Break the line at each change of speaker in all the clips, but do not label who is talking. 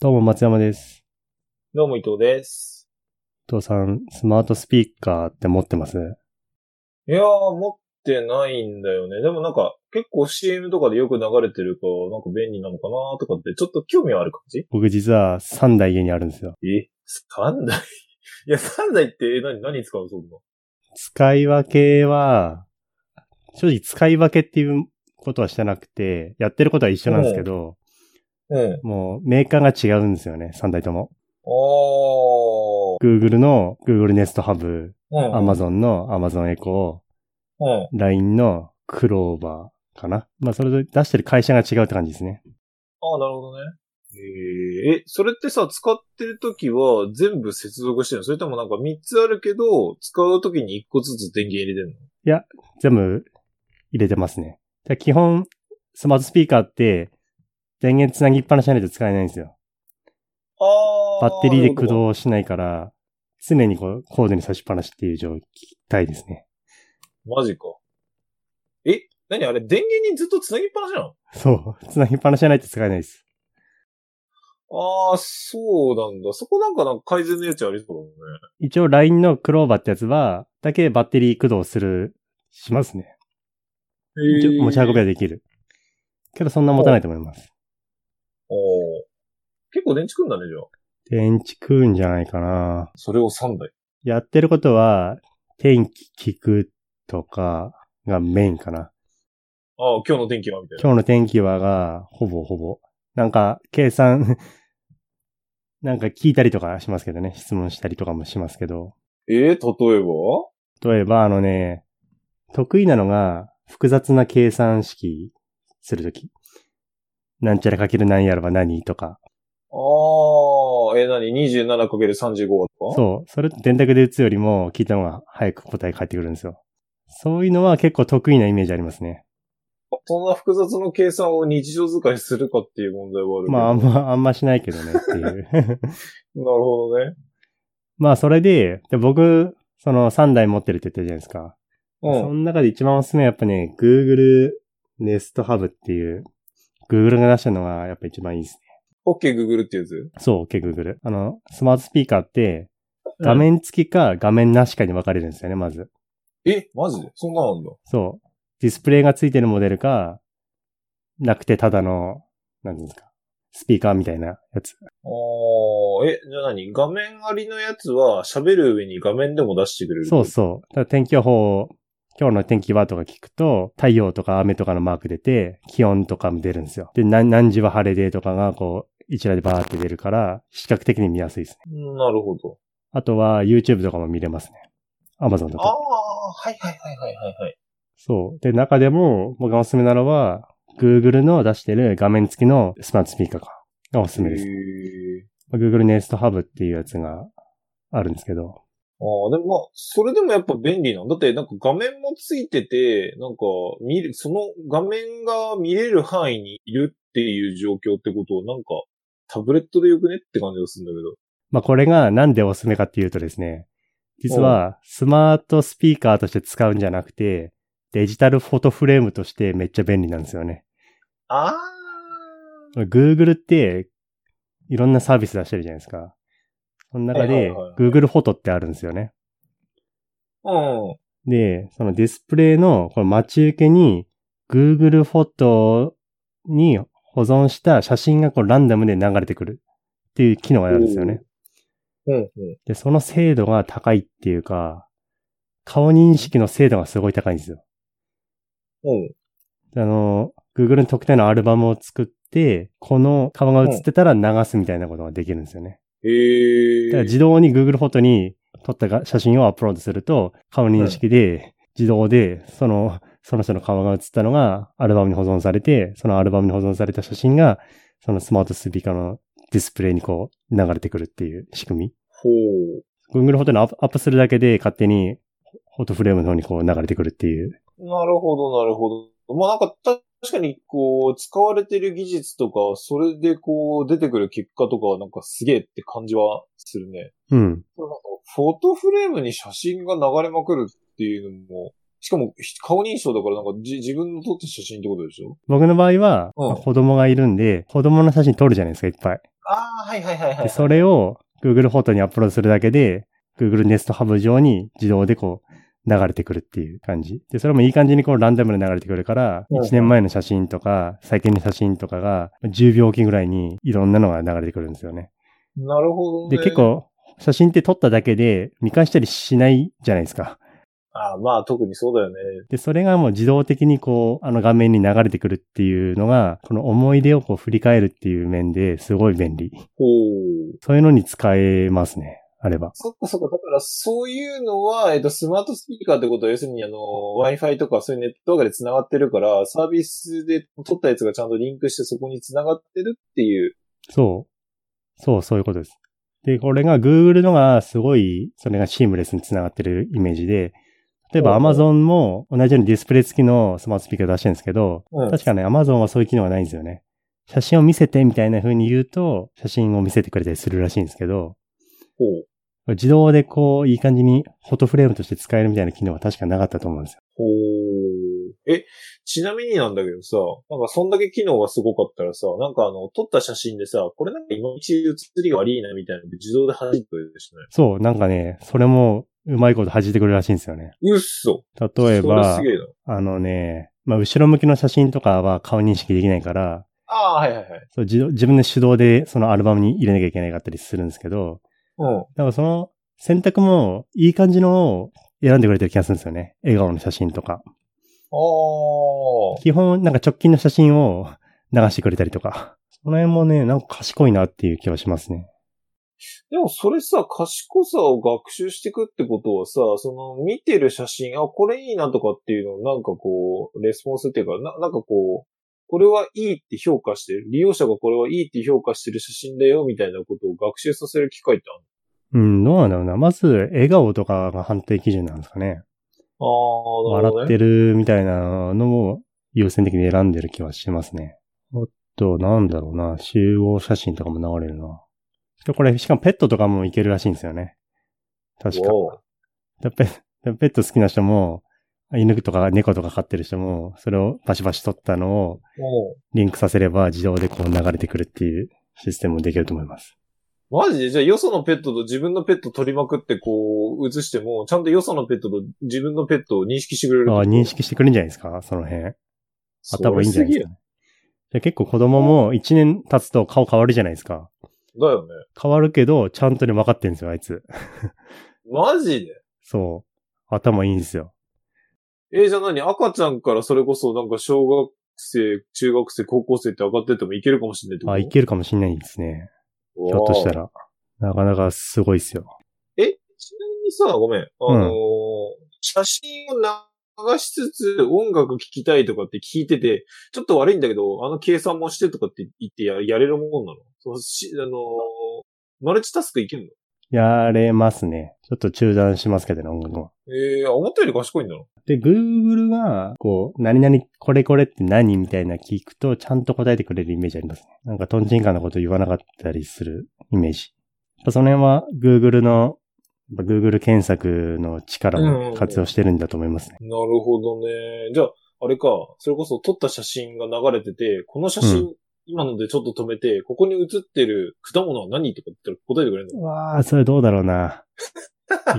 どうも、松山です。
どうも伊藤です。
伊藤さん、スマートスピーカーって持ってます
いやー、持ってないんだよね。でもなんか、結構 CM とかでよく流れてるから、なんか便利なのかなーとかって、ちょっと興味はある感じ
僕実は3台家にあるんですよ。
え ?3 台 いや、3台って、え、何、何使うそんな。
使い分けは、正直使い分けっていうことはしてなくて、やってることは一緒なんですけど、
うん。
もうメーカーが違うんですよね、3台とも。
あ
Google の Google Nest Hub、
ー。うん。
Amazon の Amazon Echo、
うん。
LINE のクローバーかな。まあ、それぞれ出してる会社が違うって感じですね。
ああ、なるほどね。えー、え、それってさ、使ってる時は全部接続してるのそれともなんか3つあるけど、使う時に1個ずつ電源入れてるの
全部入れてますね。で基本、スマートスピーカーって、電源つなぎっぱなしじゃないと使えないんですよ。
あ
バッテリーで駆
なるほど
動しないから、常にこう、コードに差しっぱなしっていう状態ですね。
マジか。え、何あれ電源にずっと繋ぎっぱなしなの
そう。つなぎっぱなしじゃないと使えないです。
ああ、そうなんだ。そこなんかなんか改善の余地ありそうだね。
一応 LINE のクローバーってやつは、だけバッテリー駆動する、しますね。一応持ち運びは
で。
できる。けどそんな持たないと思います。
おー結構電池くんだね、じゃあ。
電池食うんじゃないかな
それを3台。
やってることは、天気聞くとかがメインかな。
ああ、今日の天気はみたいな。
今日の天気はが、ほぼほぼ。なんか、計算、 なんか聞いたりとかしますけどね。質問したりとかもしますけど。
ええ例えば
例えば、あのね、得意なのが、複雑な計算式するとき。なんちゃらかける何やらば何とか。
ああ、えー、なに ?27×35 はとか
そう。それ電卓で打つよりも、聞いたのが早く答え返ってくるんですよ。そういうのは結構得意なイメージありますね。
そんな複雑な計算を日常使いするかっていう問題はあるけど。
まあ、あん
なる
ま、あんましないけどねっていう。
ほどね。
まあ、それで、で僕、その3台持ってるって言ったじゃないですか。その
うん。
中で一番おすすめはやっぱね、Google Nest Hub っていう、Google が出したのがやっぱ一番いいですね。
OK, Google ってやつ
そう、OK、Google。あの、スマートスピーカーって、画面付きか画面なしかに分かれるんですよね、まず。
え、マジでそんななんだ。
そう。ディスプレイが付いてるモデルか、なくてただの、なんていうんですか、スピーカーみたいなやつ。
ああ、え、じゃあ何画面ありのやつは喋る上に画面でも出してくれる
そうそう。ただ天気予報を、今日の天気はとか聞くと、太陽とか雨とかのマーク出て、気温とかも出るんですよ。で、何何時は晴れでとかが、こう、一覧でバーって出るから、視覚的に見やすいですね。
うんなるほど。
あとは、YouTube とかも見れますね。Amazon だ
あ
と。
あ、はいはいはいはいはいはい。
そう。で、中でも、僕がおすすめなのは、Google の出してる画面付きのスマートスピーカーかがおすすめです。
へえ。
まあ Google Nest Hub っていうやつがあるんですけど、
ああ、でもまあ、それでもやっぱ便利なんだって、なんか画面もついてて、なんか見る、その画面が見れる範囲にいるっていう状況ってことを、なんか、タブレットでよくねって感じがするんだけど。
まあ、これがなんでおすすめかっていうとですね、実はスマートスピーカーとして使うんじゃなくて、デジタルフォトフレームとしてめっちゃ便利なんですよね。
ああ。
Google っていろんなサービス出してるじゃないですか。その中
はい
で
はいはいはい
Google フォトってあるんですよね。
うん。
で、そのディスプレイのこの待ち受けに Google フォトに保存した写真がこうランダムで流れてくるっていう機能があるんですよね。
うん、うん。
で、その精度が高いっていうか、顔認識の精度がすごい高いんですよ。
うん。
あの、Google の特定のアルバムを作って、この顔が映ってたら流すみたいなことができるんですよね。
へ
だから
え。
自動に Google フォトに撮ったが写真をアップロードすると、顔認識で、自動で、その、その人の顔が映ったのがアルバムに保存されて、そのアルバムに保存された写真が、そのスマートスピーカーのディスプレイにこう流れてくるっていう仕組み。
ほう。
Google フォトにアップアップするだけで勝手にフォトフレームの方にこう流れてくるっていう。
なるほど、なるほど。まあなんか、た確かに、こう、使われてる技術とか、それでこう、出てくる結果とかは、なんかすげえって感じはするね。
うん。
これなんかフォトフレームに写真が流れまくるっていうのも、しかも、ひ顔認証だから、なんかじ、自分の撮った写真ってことでしょ
僕の場合は、
うん
まあ子供がいるんで、子供の写真撮るじゃないですか、いっぱい。
ああ、はいはいはいは
で、
い。
それを Google フォトにアップロードするだけで、Google Nest Hub 上に自動でこう、流れてくるっていう感じ。で、それもいい感じにこうランダムで流れてくるから、
うん
1年前の写真とか、最近の写真とかが、10秒おきぐらいにいろんなのが流れてくるんですよね。
なるほど、ね。
で、結。構、写真って撮っただけで見返したりしないじゃないですか。
ああ、まあ特にそうだよね。
で、それがもう自動的にこう、あの画面に流れてくるっていうのが、この思い出をこう振り返るっていう面ですごい便利。
ほう。
そういうのに使えますね。あれば。
そっかそっか。だから、そういうのは、えっと、スマートスピーカーってことは、要するに、あの、Wi-Fi とかそういうネットワークで繋がってるから、サービスで取ったやつがちゃんとリンクしてそこに繋がってるっていう。
そう。そう、そういうことです。で、これが Google のがすごい、それがシームレスにつながってるイメージで、例えば
ほうほ
Amazon も同じようにディスプレイ付きのスマートスピーカー出してるんですけど、
うん。
確かね、Amazon はそういう機能がないんですよね。写真を見せてみたいな風に言うと、写真を見せてくれたりするらしいんですけど、
ほう。
自動でこう、いい感じにフォトフレームとして使えるみたいな機能は確かなかったと思うんですよ。
ほう。え、ちなみになんだけどさ、なんかそんだけ機能がすごかったらさ、なんかあの、撮った写真でさ、これなんか今一写りが悪いなみたいなので自動で弾いてくれるしね。
そう、なんかね、それもうまいこと弾いてくれるらしいんですよね。
うっそ。
例えば
それ、すげえな。
あのね、まあ、後ろ向きの写真とかは顔認識できないから、
ああ、はいはいはい。
そう自動自分で手動でそのアルバムに入れなきゃいけなかったりするんですけど、
うん。
だからその選択もいい感じのを選んでくれてる気がするんですよね。笑顔の写真とか。
ああ。
基本なんか直近の写真を流してくれたりとか。その辺もね、なんか賢いなっていう気はしますね。
でもそれさ、賢さを学習していくってことはさ、その見てる写真、あ、これいいなとかっていうのをなんかこう、レスポンスっていうか、な、なんかこう、これはいいって評価してる。利用者がこれはいいって評価してる写真だよみたいなことを学習させる機会ってある
うん、どうなんだろうな。まず、笑顔とかが判定基準なんですかね。
ああ、なる
笑
ほど
っ
ね。
てるみたいなのを優先的に選んでる気はしますね。あと、なんだろうな。集合写真とかも流れるな。でこれ、しかもペットとかもいけるらしいんですよね。確か。
おう
でペでペット好きな人も、犬とか猫とか飼ってる人も、それをバシバシ撮ったのを
おう
リンクさせれば自動でこう流れてくるっていうシステムもできると思います。
マジでじゃあ、よそのペットと自分のペット取りまくってこう、写しても、ちゃんとよそのペットと自分のペットを認識してくれる。
あ認識してくれるんじゃないですかその辺。頭いいんじゃないです
か。
かね。で結構子供も1年経つと顔変わるじゃないですか。
だよね。
変わるけど、ちゃんとね、分かってるんですよ、あいつ。
マジで
そう。頭いいんですよ。
え、じゃあ何赤ちゃんからそれこそなんか小学生、中学生、高校生って上がってってもいけるかもしれないってこと
あ、いけるかもしんないですね。ひょっとした。ら。なかなかすごいですよ。
わあえ、ちなみにさ、ごめん。あのー写真を流しつつ音楽聴きたいとかって聞いてて、ちょっと悪いんだけど、あの計算もしてとかって言ってややれるもんなのそうし、あのーマルチタスクいける
やれますね。ちょっと中断しますけどね、音楽は。
のえー、あ思ったより賢いんだろ
で、Google が、こう、何々、これこれって何みたいな聞くと、ちゃんと答えてくれるイメージありますね。なんか、トンチンカンなこと言わなかったりするイメージ。やっぱその辺は、Google の、やっぱ Google 検索の力を活用してるんだと思いますね。
なるほどね。じゃあ、あれか、それこそ撮った写真が流れてて、この写真、
う
今のでちょっと止めて、ここに写ってる果物は何とか言ったら答えてくれるの
うわあ、それどうだろうな。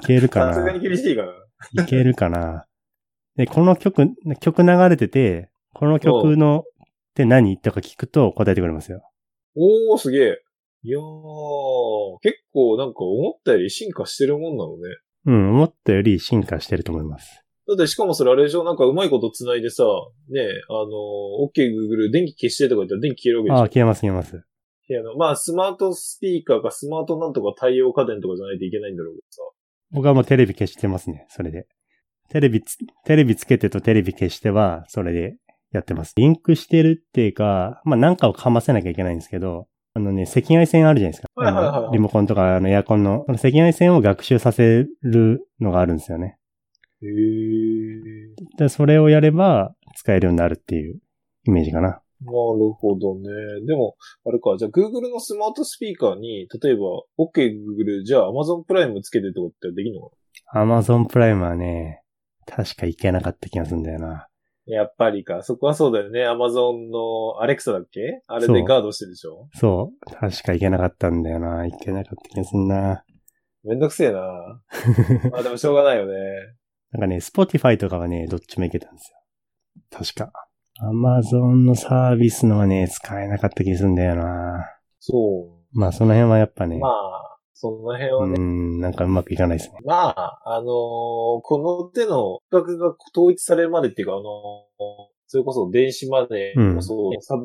いけるか
さすが
な
に。厳しいかな。
いけるかな。で、この曲、曲流れてて、この曲のって何とか聞くと答えてくれますよ。
おー、すげえ。いやー、結構なんか思ったより進化してるもんなのね。
うん、思ったより進化してると思います。
だってしかもそれあれでしょなんかうまいこと繋いでさ、ねえ、あのー、OK Google 電気消してとか言ったら電気消えるわけで
あ
しょ
あ、消えます、消えます。
いやあのまあスマートスピーカーかスマートなんとか対応家電とかじゃないといけないんだろうけどさ。
僕はもうテレビ消してますね、それで。テレビつ、テレビつけてとテレビ消しては、それでやってます。リンクしてるっていうか、まあ、なんかをかませなきゃいけないんですけど、あのね、赤外線あるじゃないですか。
はいはいはいはい
あのリモコンとか、あの、エアコンの、その赤外線を学習させるのがあるんですよね。
へー。
で、それをやれば使えるようになるっていうイメージかな。
なるほどね。でも、あれか、じゃあ Google のスマートスピーカーに、例えば、OK Google、じゃあ Amazon プライムつけてとかってできるのか
Amazon プライムはね、確かいけなかった気がするんだよな。
やっぱりか。そこはそうだよね。アマゾンのアレクサだっけあれ
そ
で
う
ガードしてるでしょ
そう。確か行けなかったんだよな。行けなかった気がすんな。
めんどくせえな。まあでもしょうがないよね。
なんかね、Spotify とかはね、どっちも行けたんですよ。確か。Amazon のサービスのはね、使えなかった気がするんだよな。
そ
まあ、その辺はやっぱね、
う。まあ、その辺
う
はね。
ん、なんかうまくいかないですね。
まあ、あのーこの手の価格が統一されるまでっていうか、あのーそれこそ電子マネーもそう、サブ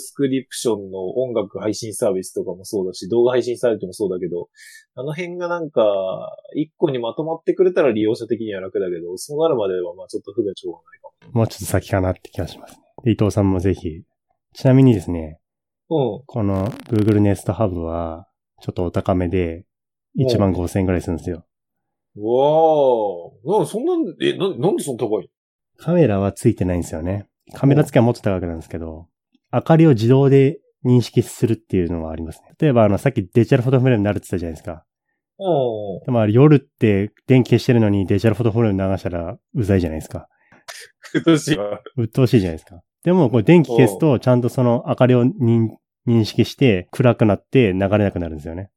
スクリプションの音楽配信サービスとかもそうだし、動画配信サイトもそうだけど、あの辺がなんか、一個にまとまってくれたら利用者的には楽だけど、そうなるまではまあちょっと不便しょうがないか
もうちょっと先かなって気がしますね。で伊藤さんもぜひ。ちなみにですね、
も。
この Google Nest Hub は、ちょっとお高めで、1万5000円くらいするんですよ。
うん。わあ、な、そんなん、え、な、なんでそんな高い
カメラはついてないんですよね。カメラ付きはもっと高くなるんですけど、明かりを自動で認識するっていうのはありますね。例えば、あの、さっきデジタルフォトフレームになるって言ったじゃないですか。
うん。
でもあれ夜って電気消してるのにデジタルフォトフレーム流したらうざいじゃないですか。
どうしよ
鬱陶しいじゃないですか。でも、これ電気消すと、ちゃんとその明かりを認認識して、暗くなって流れなくなるんですよね。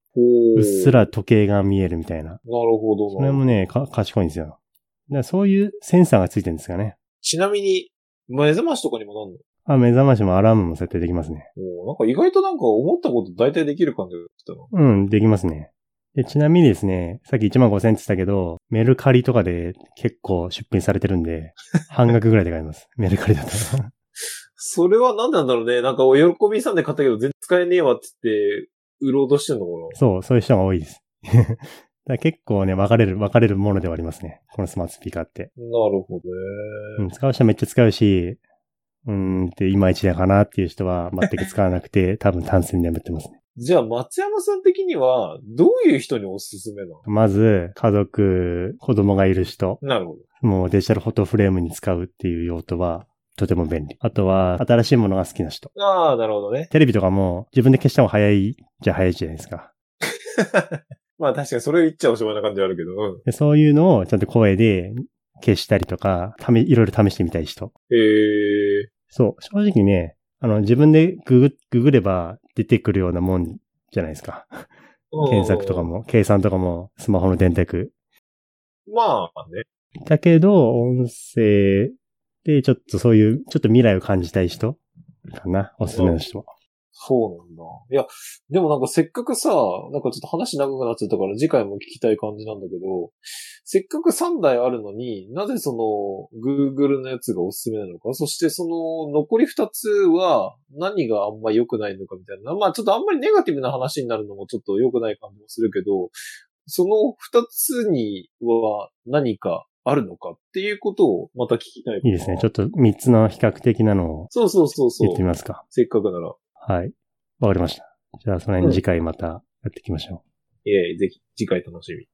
う
う。
っす。ら時計が見えるみたいな。
なるほどな。
それもね、か賢いんですよ。だからそういうセンサーがついてるんですかね。
ちなみに、目覚ましとかにもなんの
あ、目覚ましもアラームも設定できますね。
もうなんか意外となんか思ったこと大体できる感じがしたな。
うん、できますね。で、ちなみにですね、さっき1万5000って言ったけど、メルカリとかで結構出品されてるんで、半額ぐらいで買います。メルカリだったら。
それは何なんだろうね。なんかお喜びさんで買ったけど全然使えねえわって言って、売ろうとしてんのか
そう、そういう人が多いです。 だから結構ね、分かれる、分かれるものではありますね。このスマートスピーカーって。
ななるほど
う
ね。
ん、使う人はめっちゃ使うし、うーんって、いまいちだかなっていう人は全く使わなく て、多分単線で眠ってますね。
じゃあ松山さん的には、どういう人におすすめなの
まず、家族、子供がいる人、
なるほど。
もうデジタルフォトフレームに使うっていう用途は、とても便利。あとは、新しいものが好きな人。
ああ、なるほどね。
テレビとかも、自分で消した方が早いじゃ早いじゃないですか。
まあ確かにそれ言っちゃおしまいな感じはあるけど。うん。
でそういうのを、ちゃんと声で消したりとか、ため、いろいろ試してみたい人。
へえ。
そう、正直ね、あの、自分でググ、ググれば出てくるようなもんじゃないですか。
うん
検索とか。も、計算とかも、スマホの電卓。
まあね。
だけど、音声で、ちょっとそういう、ちょっと未来を感じたい人かな。おすすめの人は。
そうなんだ。いや、でもなんかせっかくさ、なんかちょっと話長くなっちゃったから次回も聞きたい感じなんだけど、せっかく3台あるのに、なぜその Google のやつがおすすめなのか、そしてその残り2つは何があんま良くないのかみたいな、まあちょっとあんまりネガティブな話になるのもちょっと良くない感じもするけど、その2つには何かあるのかっていうことをまた聞きたいか
い
な
で
い
すね。ちょっと3つの比較的なのを
そうそうそうそ
言っ
う
て。みますか。
せっかくなら。
はい。わかりました。じゃあ、その辺次回またやっていきましょう。
ええ、ぜひ次回楽しみ。